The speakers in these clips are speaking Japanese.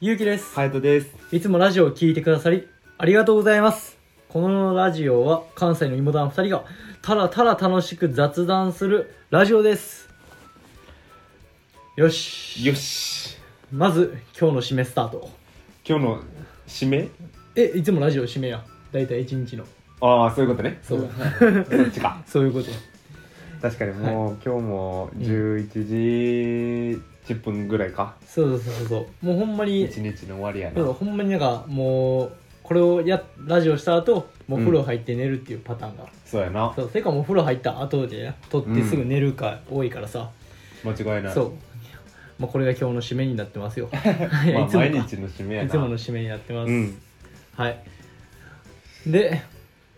ゆうきです、ハヤトです。い、つもラジオを聞いてくださりありがとうございますこのラジオは関西の妹の2人がただただ楽しく雑談するラジオですよしよし。まず今日の締めスタート今日の締めえいつもラジオ締めや大体1日のああ、そういうことね。そうそっちか。 そういうこと確かにもう、今日も11時10分ぐらいか。そうそうそうそうもうほんまに一日の終わりやだからな。ほんまになんかもうこれをやラジオした後もう風呂入って寝るっていうパターンが、そうやな。そうてかもう風呂入った後でな撮ってすぐ寝るか多いからさ、間違いない。そう、まあ、これが今日の締めになって ますよはいまあ、いつもか毎日の締めやな。いつもの締めになってます、うん。はいで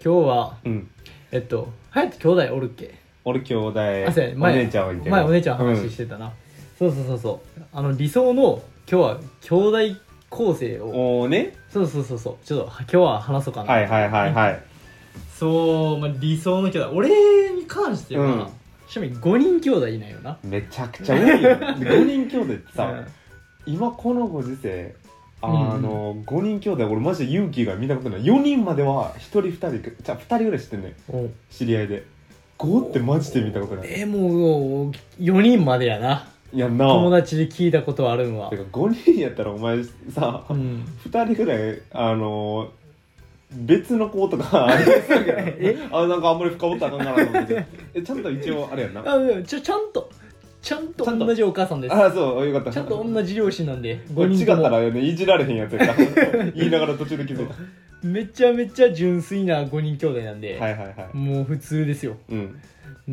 今日はうん。えっと隼人兄弟おるっけ俺兄弟、あそうやお姉ちゃんはいてる。前お姉ちゃんの話ししてたな、そうそうそうそうあの理想の今日は兄弟構成をおーね。そうそうそうそうちょっと今日は話そうかな、はいはいはいはい。そう、まあ、理想の兄弟俺に関しては、うん趣味5人兄弟いないよなめちゃくちゃ多い よ。5人兄弟ってさ、今このご時世あの、五5人兄弟俺マジで勇気が見たことない4人までは1人2人じゃあ2人ぐらい知ってんねんうん知り合いで5ってマジで見たことないえーもう4人までやないやな友達で聞いたことあるんはてか5人やったらお前さ、うん2人ぐらいあの別の子と かあれするからえあなんかあんまり深掘ったらあかんかなと思ってえちゃんと一応あれやんなああうんちょちゃんとちゃんとちゃんと同じお母さんですそうよかったちゃんと同じ両親なんで こ5れ違人っとたもらねいじられへんやつやから 言いながら途中で気づいためちゃめちゃ純粋な5人兄弟なんで、はいはいはいもう普通ですようん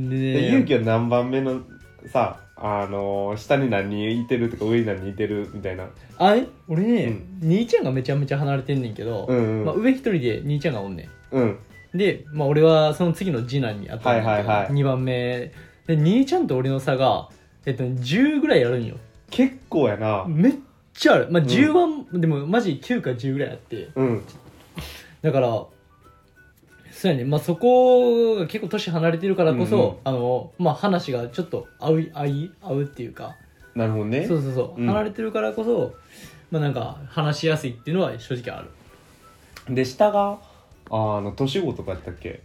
でで勇気ねは何番目のさあのー下に何人いてるとか上に何人いてるみたいなあれ俺ね、うん兄ちゃんがめちゃめちゃ離れてんねんけど、うんうん、まあ、上一人で兄ちゃんがおんねうんんで、まあ、俺はその次の次男にあったんだけど、はいはいはい2番目で兄ちゃんと俺の差が、えっと、10ぐらいあるんよ結構やなめっちゃあるまあうん10は、でもマジ9か10ぐらいあってうんだからそうやねまあそこが結構年離れてるからこそ、うんうんあのまあ話がちょっと合う合い合うっていうかなるほどねそうそうそう、うん離れてるからこそまあなんか話しやすいっていうのは正直あるで下があの年子とかやったっけ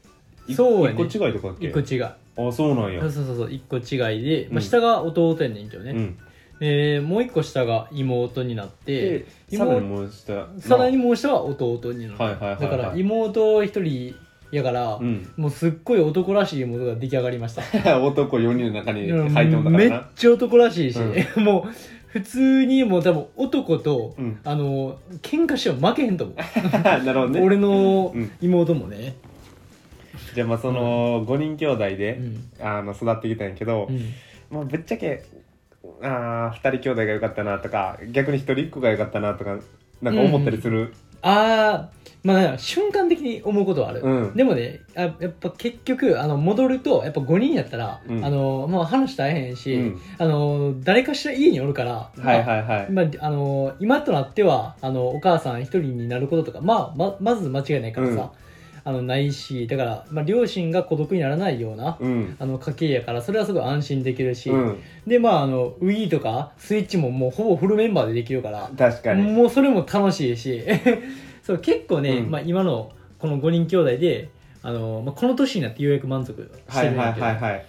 いそうやね一個違いとかやっ一け個違いあそうなんやそうそうそうそう一個違いで、まうあ、ん下が弟やねんけどね、うんえーもう一個下が妹になってで妹さらにもう下さらになもう下は弟になる、はいはいはいはいだから妹一人やから、うんもうすっごい男らしい妹が出来上がりました 男4人の中にうん入ってもたかめらっなちゃ男らしいし、うもう普通にもう多分男と、うんあの喧嘩しても負けへんと思う、 なるほどね俺のうん妹もね、じゃあまあその5人兄弟うで、んあの育ってきたんやけど、うんまあ、ぶっちゃけあ2人兄弟が良かったなとか逆に一人っ子が良かったなとかなんか思ったりする、ああまあ瞬間的に思うことはある、うんでもねあやっぱ結局あの戻るとやっぱ5人やったら、うんあのまあ、話大変し、うんあの誰かしら家におるから、はいはいはまああの今となってはあのお母さん一人になることとか、まあ、ままず間違いないからさ、あのないしだから、まあ、両親が孤独にならないような、いうんあの家系やからそれはすごい安心できるし、うんでまああの Wii とかスイッチももうほぼフルメンバーでできるから確かにもうそれも楽しいし そう結構ね、うんまあ、今のこの5人兄弟であの、まあ、この年になってようやく満足しはているんはいだけど、はいはいあ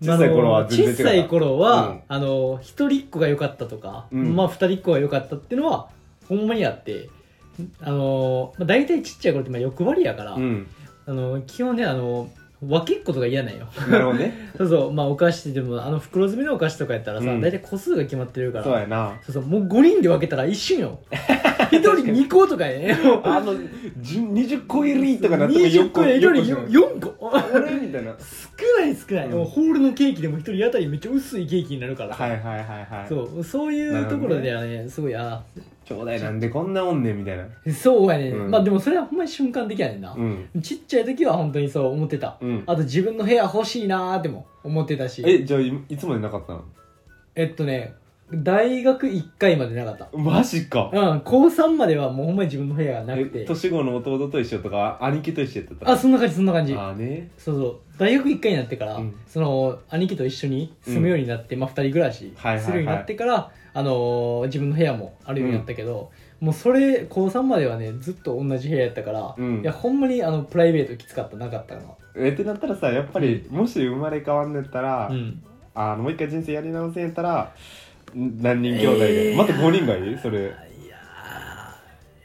小のさい頃は全小さ然違いうか頃は、うんあの一人っ子が良かったとか、うんまあ二人っ子が良かったっていうのはほんまにあってあの、まあ、大体ちっちゃい頃ってまあ欲張りやから、うんあの基本ねあの分けっことが嫌なんよ なるほどねそうそうまあお菓子でもあの袋詰めのお菓子とかやったらさ、うん大体個数が決まってるからそうやなそうそうもう5人で分けたら一瞬 よ一人2個とかやねあの10 20個入りとかなってもよ20個くで一よ人くよよ4個 俺みたいな少ない少ない、うんもうホールのケーキでも一人当たりめっちゃ薄いケーキになるから、はいはいはいはいそうそういうところではねすごいあ兄弟なんでこんなおんねんみたいなそうやね、うんまあでもそれはほんまに瞬間的やねんなう、んちっちゃい時は本当にそう思ってた、うんあと自分の部屋欲しいなーっても思ってたしえじゃあいいつまでなかったのえっとね大学1回までなかったマジかうん高3まではもうほんまに自分の部屋がなくえて年子の弟と一緒とか兄貴と一緒やったあそんな感じそんな感じあーねそうそう大学1回になってから、うんその兄貴と一緒に住むようになって、まあ、2人暮らしはいはいはいするようになってから、あのー自分の部屋もあるようになったけど、もうそれ高3まではねずっと同じ部屋やったから、うんいやほんまにあのプライベートきつかったなかったのえってなったらさやっぱりもし生まれ変わんねったら、うんあのもう一回人生やり直せんやったらん何人兄弟がいる、えーまた5人がいいそれいや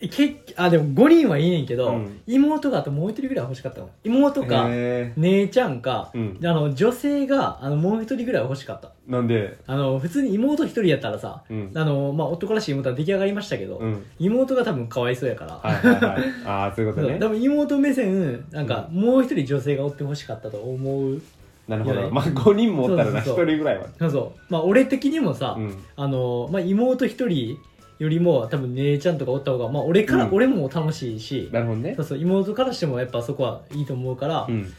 ーけあでも5人はいいねんけど、うん妹があともう1人ぐらい欲しかったの妹か、え姉ちゃんか、うんあの女性があのもう1人ぐらい欲しかったー、なんであの普通に妹1人やったらさうん、あのまあ、男らしい妹は出来上がりましたけど、うん、妹が多分かわいそうやから、はいはいはいああそういうこそとうね多分妹目線なんかうもう一人女性がおってほしかったと思うなるほいやどまあ5人もおったらな1そうそう人そうぐらいはそうそうまあ俺的にもさ、うんあのまあ、妹一人よりも多分姉ちゃんとかおった方が、まあ、俺から、うん俺も楽しいしなるほどねそうそう妹からしてもやっぱそこはいいと思うからうん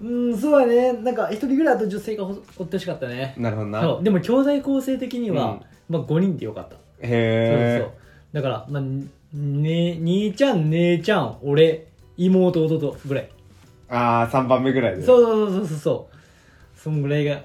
うんそうだねなんか一人ぐらいあと女性がほおってほしかったねなるほどなそうでも兄弟構成的には、まあ、5人でよかったそうそうそへうだから、まあね、兄ちゃん姉ちゃん俺妹弟ぐらいえああ3番目ぐらいでそうそうそうそうそうそんぐらいが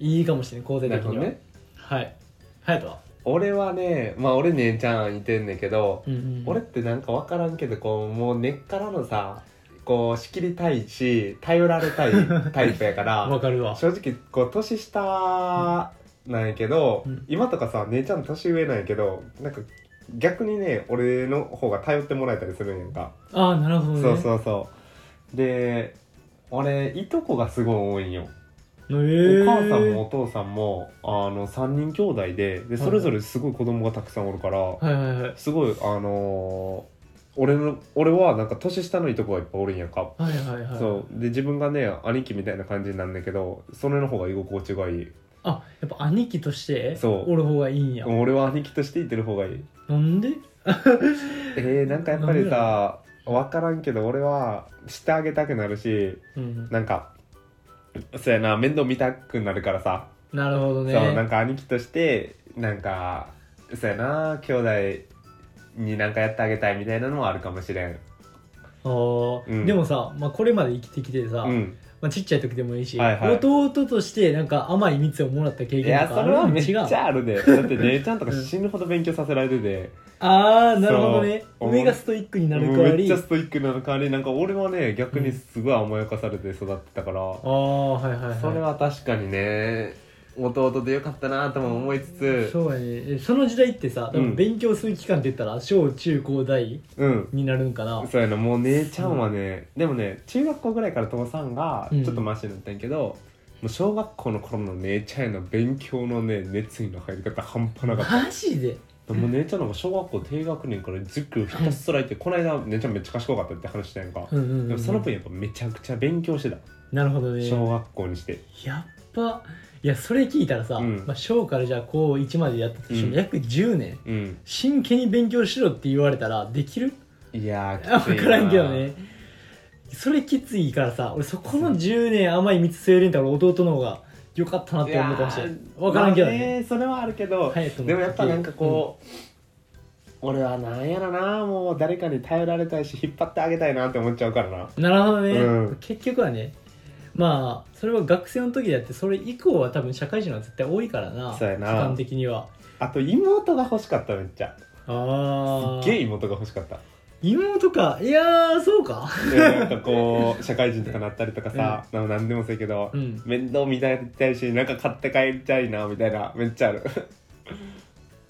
いいかもしれない構成な的るほにどは、ねはい隼人は俺はねまあ俺姉ちゃんいてんねんけど、うんうん俺ってなんか分からんけどこうもう根っからのさこう仕切りたいし頼られた いタイプやからわかるわ正直こう年下なんやけど、うん今とかさ姉ちゃん年上なんやけどなんか逆にね俺の方が頼ってもらえたりするんやんか、ああなるほどねそうそうそうで俺いとこがすごい多いんよへおー母さんもお父さんもあの3人兄弟ででそれぞれすごい子供がたくさんおるから、はいはいはいすごいあのー俺の俺はなんか年下のいとこがいっぱいおるんやんか、はいはいはいそうで自分がね兄貴みたいな感じになんだけどそれの方が居心地がいいあやっぱ兄貴としてそうおる方がいいんや俺は兄貴としていてる方がいいなんでえー、なんかやっぱりさ分からんけど俺はしてあげたくなるしうんなんかそうやな面倒見たくなるからさなるほどねそうなんか兄貴としてなんかそうやな兄弟になんかやってあげたいみたいなのもあるかもしれんあーうんでもさ、まあ、これまで生きてきてさ、うんまあ、ちっちゃい時でもいいし、はいはい弟としてなんか甘い蜜をもらった経い験やとかそあれるはのめっ違ちうゃあ るでだって姉ちゃんとか死ぬほど勉強させられてて、ああなるほどねそう上がストイックになるもう代わめっりちあゃストイックな代わりなんか俺はね逆にすごい甘やかされて育ってたから、あーはいはいはいそれは確かにね弟でよかったなとも思いつつそうやねえその時代ってさ多う分ん勉強する期間って言ったら小中高大うんになるんかな、そうやなもう姉ちゃんはね、でもね中学校ぐらいから父さんがうんちょっとマシになったんやけど、もう小学校の頃の姉ちゃんへの勉強のね熱意の入り方半端なかっマジでたもう姉ちゃんの方が小学校低学年から塾ひたすら行ってこの間姉ちゃんめっちゃ賢かったって話したやんか、うんうんうんでもその分やっぱめちゃくちゃ勉強してた、なるほどね小学校にしてやっぱいやそれ聞いたらさ、うんまあ、小からじゃあ高1までやったとしてもうん約10年、うん真剣に勉強しろって言われたらできるいやーきつい分なからんけどねそれきついからさ俺そこの10年甘い蜜吸えるんだから弟の方が良かったなって思うかもしれない分からんけどね,、まあそれはあるけど、隼人のでもやっぱなんかこう、俺はなんやろなもう誰かに頼られたいし引っ張ってあげたいなって思っちゃうからななるほどね、うん結局はねまあそれは学生の時であってそれ以降は多分社会人は絶対多いからなそうやな時間的にはあと妹が欲しかっためっちゃああすっげえ妹が欲しか った妹かいやーそうかでなんかこう社会人とかなったりとかさ、なんか何でもせえけど、うん面倒見たいたいしなんか買って帰りたいなみたいなめっちゃある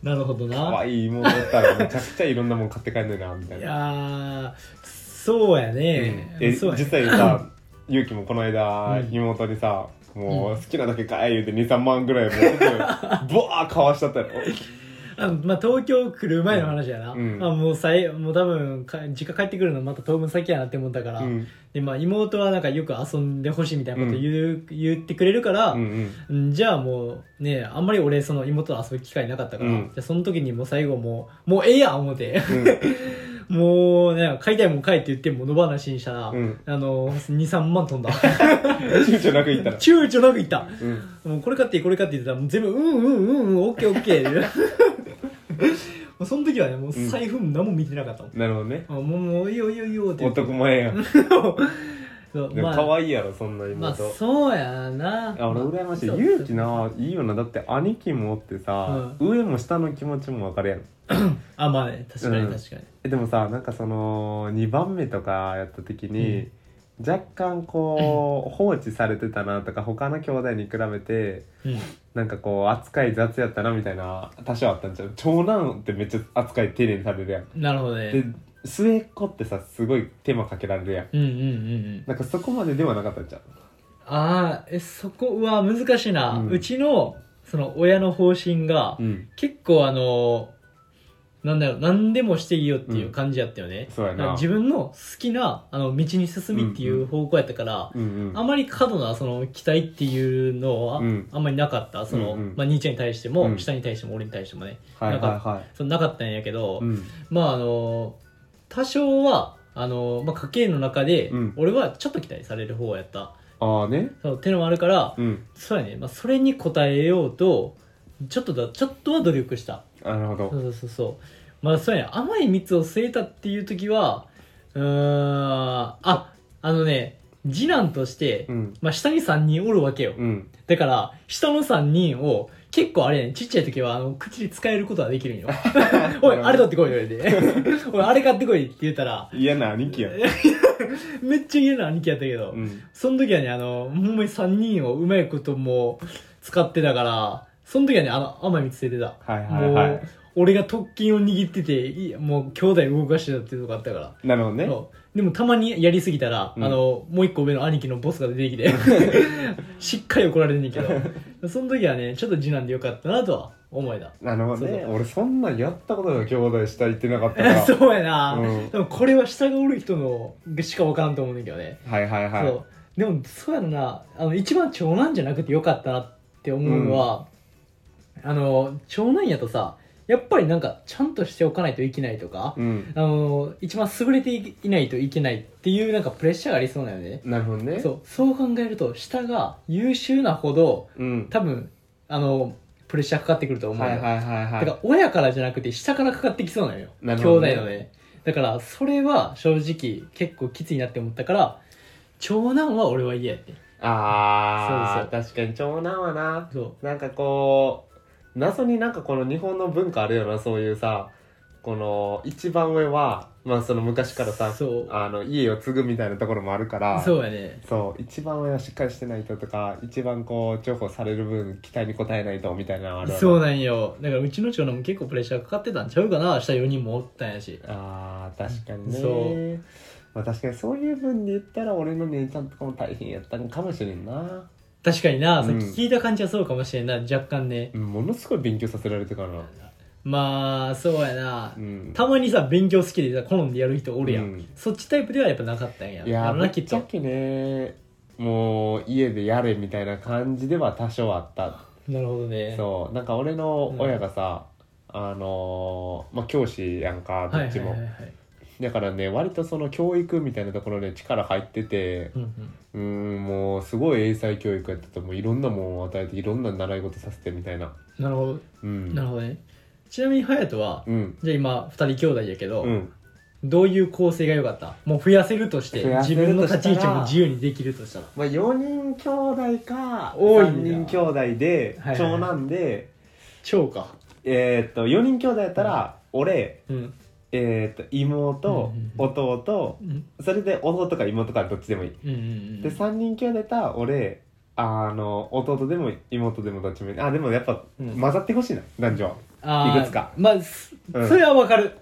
なるほど可な愛い妹だったらめちゃくちゃいろんなもん買って帰んねんなみたいいな、やーそうやね、えそうや実際さゆうきもこの間、うん妹にさもうう好きなだけ買え言うて23万ぐらいもうボワーかわしちゃったよあまあ東京来る前の話やな、うんまあ、もうさいもう多分か実家帰ってくるのまた当分先やなって思ったから、うんでまあ、妹はなんかよく遊んでほしいみたいなこと言う、言ってくれるから、うんうんうんじゃあもうねあんまり俺その妹と遊ぶ機会なかったから、うんじゃあその時にもう最後もうもうええやん思ってうん もうね買いたいもん買えって言っても野放しにしたら、うんあの23万飛んだ躊躇なく言ったら躊躇なくいったうんもうこれ買っていいこれ買っていって言ったらもう全部うんうんうんうんオッケーオッケー もうその時はねもう財布も何も見てなかったもん、なるほどねあもうもういいよいいよいいよって言って男前やんそうでもま可あ、愛いやろそんな妹、まあそうやなあ、俺羨ましい勇気ないいよなだって兄貴もおってさ、上も下の気持ちも分かるやんあまあね確かにうん確かに、えでもさなんかその2番目とかやった時に、若干こう放置されてたなとか他の兄弟に比べてうんなんかこう扱い雑やったなみたいな多少あったんちゃう長男ってめっちゃ扱い丁寧にされるやんなるほどねで末っ子ってさすごい手間かけられるやんうんうんうんうんなんかそこまでではなかったんちゃうああえそこは難しいな、ううんちのその親の方針がうん結構あのなんだろう何でもしていいよっていう感じやったよね、そうやな自分の好きなあの道に進みっていう方向やったから、うんうんあまり過度なその期待っていうのはうんあんまりなかった、その、うんうんまあ、兄ちゃんに対してうもん下に対しても俺に対してもねはいはいなんかはいそのなかったんやけど、うんまああの多少はあの、まあ、家計の中でうん俺はちょっと期待される方やった、ああねそうってのもあるから、うんそうやね、まあ、それに応えようとちょっとだちょっとは努力したなるほそどうそうそうそうまあそうやね甘い蜜を吸えたっていう時はうーんああのね次男として、うんまあ、下に3人おるわけよ、うんだから下の3人を結構あれやねちっちゃい時はあの口で使えることはできるん よおいあれ取ってこいよ言うておいあれ買ってこいって言ったら嫌な兄貴やんめっちゃ嫌な兄貴やったけど、うんその時はね、あの、ほんまに3人をうまいことも使ってたから、その時はね、あの、甘い蜜捨ててた。はいはいはもうい、俺が特権を握ってて、いいもう兄弟動かしてたっていうとこあったから。なるほどねそうでもたまにやりすぎたら、うんあの、もう一個上の兄貴のボスが出てき て、しっかり怒られるんねんけど、その時はね、ちょっと次男でよかったなとは思えた。なるほどそうねそ俺そんなんやったことない兄弟下行ってなかったか らそうやな、うんでもこれは下がおる人のしかわからんと思うねんだけどね。はいはいはいそうでもそうやろなあの一番長男じゃなくてよかったなって思うのは、あの長男やとさやっぱりなんかちゃんとしておかないといけないとか、うんあの一番優れていないといけないっていうなんかプレッシャーがありそうなよね、なるほどねそうそう考えると下が優秀なほどうん多分あのプレッシャーかかってくると思うはよいはいはいはだから親からじゃなくて下からかかってきそうなのよ、なる兄ほど弟ねのねだからそれは正直結構きついなって思ったから長男は俺は嫌やっていああそ確かに長男はなそなんかこう謎になんかこの日本の文化あるよなそういうさこの一番上はまあその昔からさそうあの家を継ぐみたいなところもあるからうそうやねそう一番上はしっかりしてないととか一番こう重宝される分期待に応えないとみたいなのあるよなそうなんよだからうちの長男も結構プレッシャーかかってたんちゃうかな下4人もおったんやしあー確かにねそうまあ確かにそういう分で言ったら俺の姉ちゃんとかも大変やったのかもしれんな、確かにな、それうん聞いた感じはそうかもしれんない若干ねうん、ものすごい勉強させられてからなまあそうやな、うんたまにさ勉強好きでさ好んでやる人おるやん、うんそっちタイプではやっぱなかったんやいやあーのぶなっきっちゃとけねもう家でやれみたいな感じでは多少あったなるほどねそうなんか俺の親がさ、あのーまあ教師やんかどはいはっいちはいも、はいだからね割とその教育みたいなところで力入っててうんうんうーんもうすごい英才教育やっててもういろんなもんを与えていろんな習い事させてみたいななるほどうんなるほどねちなみに隼人は、うんじゃあ今2人兄弟やけど、うんどういう構成が良かったもう増やせるとして増やせ自ると分のしたら立ち位置も自由にできるとしたらまあ4人兄弟か多いな3人兄弟ではいはい長男で超かえーっと4人兄弟やったら俺うんえーっと妹うんうん弟うんそれで弟か妹かどっちでもいいうんうんで3人兄弟やったら俺あの弟でも妹でもどっちもいいあでもやっぱうん混ざってほしいな男女はあーいくつかまあすうんそれはわかる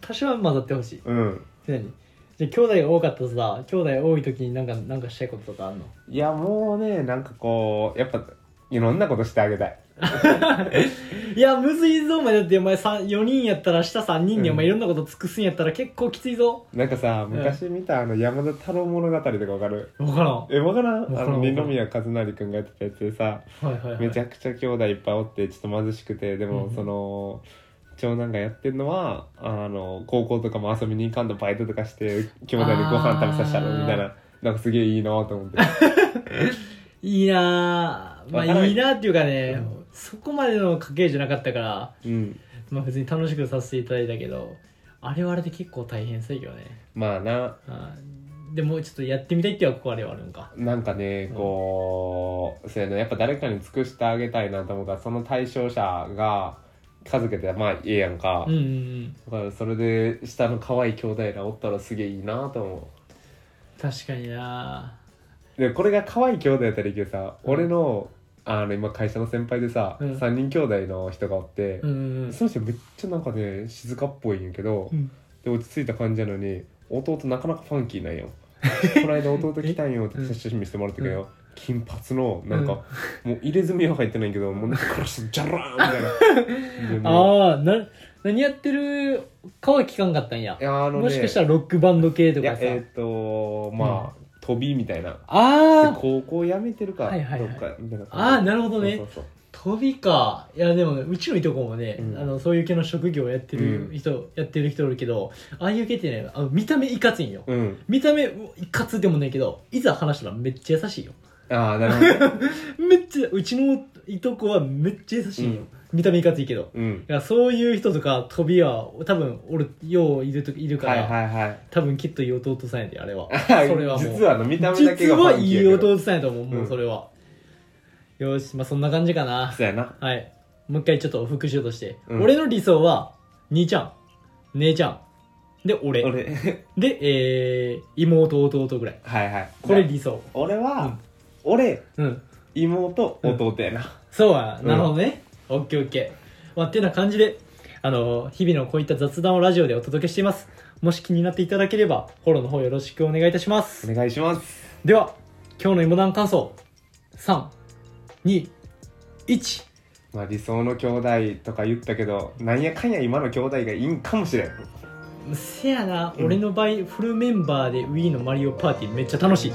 多少は混ざってほしいうん常にじゃあ兄弟が多かったとさ兄弟多い時になんかなんかしたいこととかあんのいやもうねなんかこうやっぱいろんなことしてあげたいいやむずいぞお前だってお前4人やったら下3人にお前いろんなこと尽くすんやったら結構きついぞなんかさ昔見たあの山田太郎物語とかわかる分からんはえわからんわからあんわの二からん宮和也君がやってたやつでさいはいはいめちゃくちゃ兄弟いっぱいおってちょっと貧しくてでうんもうんその長男がやってるのはあの高校とかも遊びに行かんとバイトとかして兄弟でご飯食べさせたあらーみたいななんかすげえいいな と思っていいなぁまわからあないいいなっていうかね、うそこまでの家系じゃなかったからうんまあ別に楽しくさせていただいたけどあれはあれで結構大変そうやけどねまあなうんでもちょっとやってみたいっていう憧れはあるんかなんかねこう、そうやなやっぱ誰かに尽くしてあげたいなと思うからその対象者が家族でまあええやんか、うんうんうんだからそれで下の可愛い兄弟らおったらすげえいいなと思確かになうでこれが可愛い兄弟やったらいいけどさ、うん俺のあの今会社の先輩でさ、うん3人兄弟の人がおって、うんうんうんその人めっちゃなんかね静かっぽいんやけど、うんで落ち着いた感じなのに弟なかなかファンキーなん よこの間弟来たんよってうん写真見せてもらったけど、うん金髪のなんか、もう入れ墨は入ってないけどもうなんかこの人ジャラーン みたいなでもうああな何やってるかは聞かんかったんやいやあのねもしかしたらロックバンド系といやかさ、えっ、とまあ、飛びみたいなでああ高校辞めてるか、はいはいはいどっかみたいなあーるなるほどねそうそう飛びかいやでもうちのいとこもね、うんあのそういう系の職業をやってる人、やってる人おるけどああいう系ってねあの見た目いかついんよ、そううん見た目ういかつでもないけどいざ話したらめっちゃ優しいよああなるほどめっちゃうちのいとこはめっちゃ優しいよ、うん見た目いかついけどうんだからそういう人とか飛びは多分おるよういるといるかはら、いはいはい多分きっといい弟さんやであれはそれはもう 実はあの見た目だけ実がファはンキいーやいけど弟さんやと思う、もううんそれはよしまあそんな感じかなそうやなはいもう一回ちょっと復習として、うん俺の理想は兄ちゃん姉ちゃんで俺俺 で、えー、妹弟ぐらいはいはいこれ理想俺は、うん俺うん妹弟やな、そうやうんなるほどね、オッケーオッケーまあってな感じであの日々のこういった雑談をラジオでお届けしていますもし気になっていただければフォローの方よろしくお願いいたしますお願いしますでは今日の芋団感想321まあ理想の兄弟とか言ったけどなんやかんや今の兄弟がいいんかもしれんせやな、うん俺の場合フルメンバーで Wii のマリオパーティーめっちゃ楽しい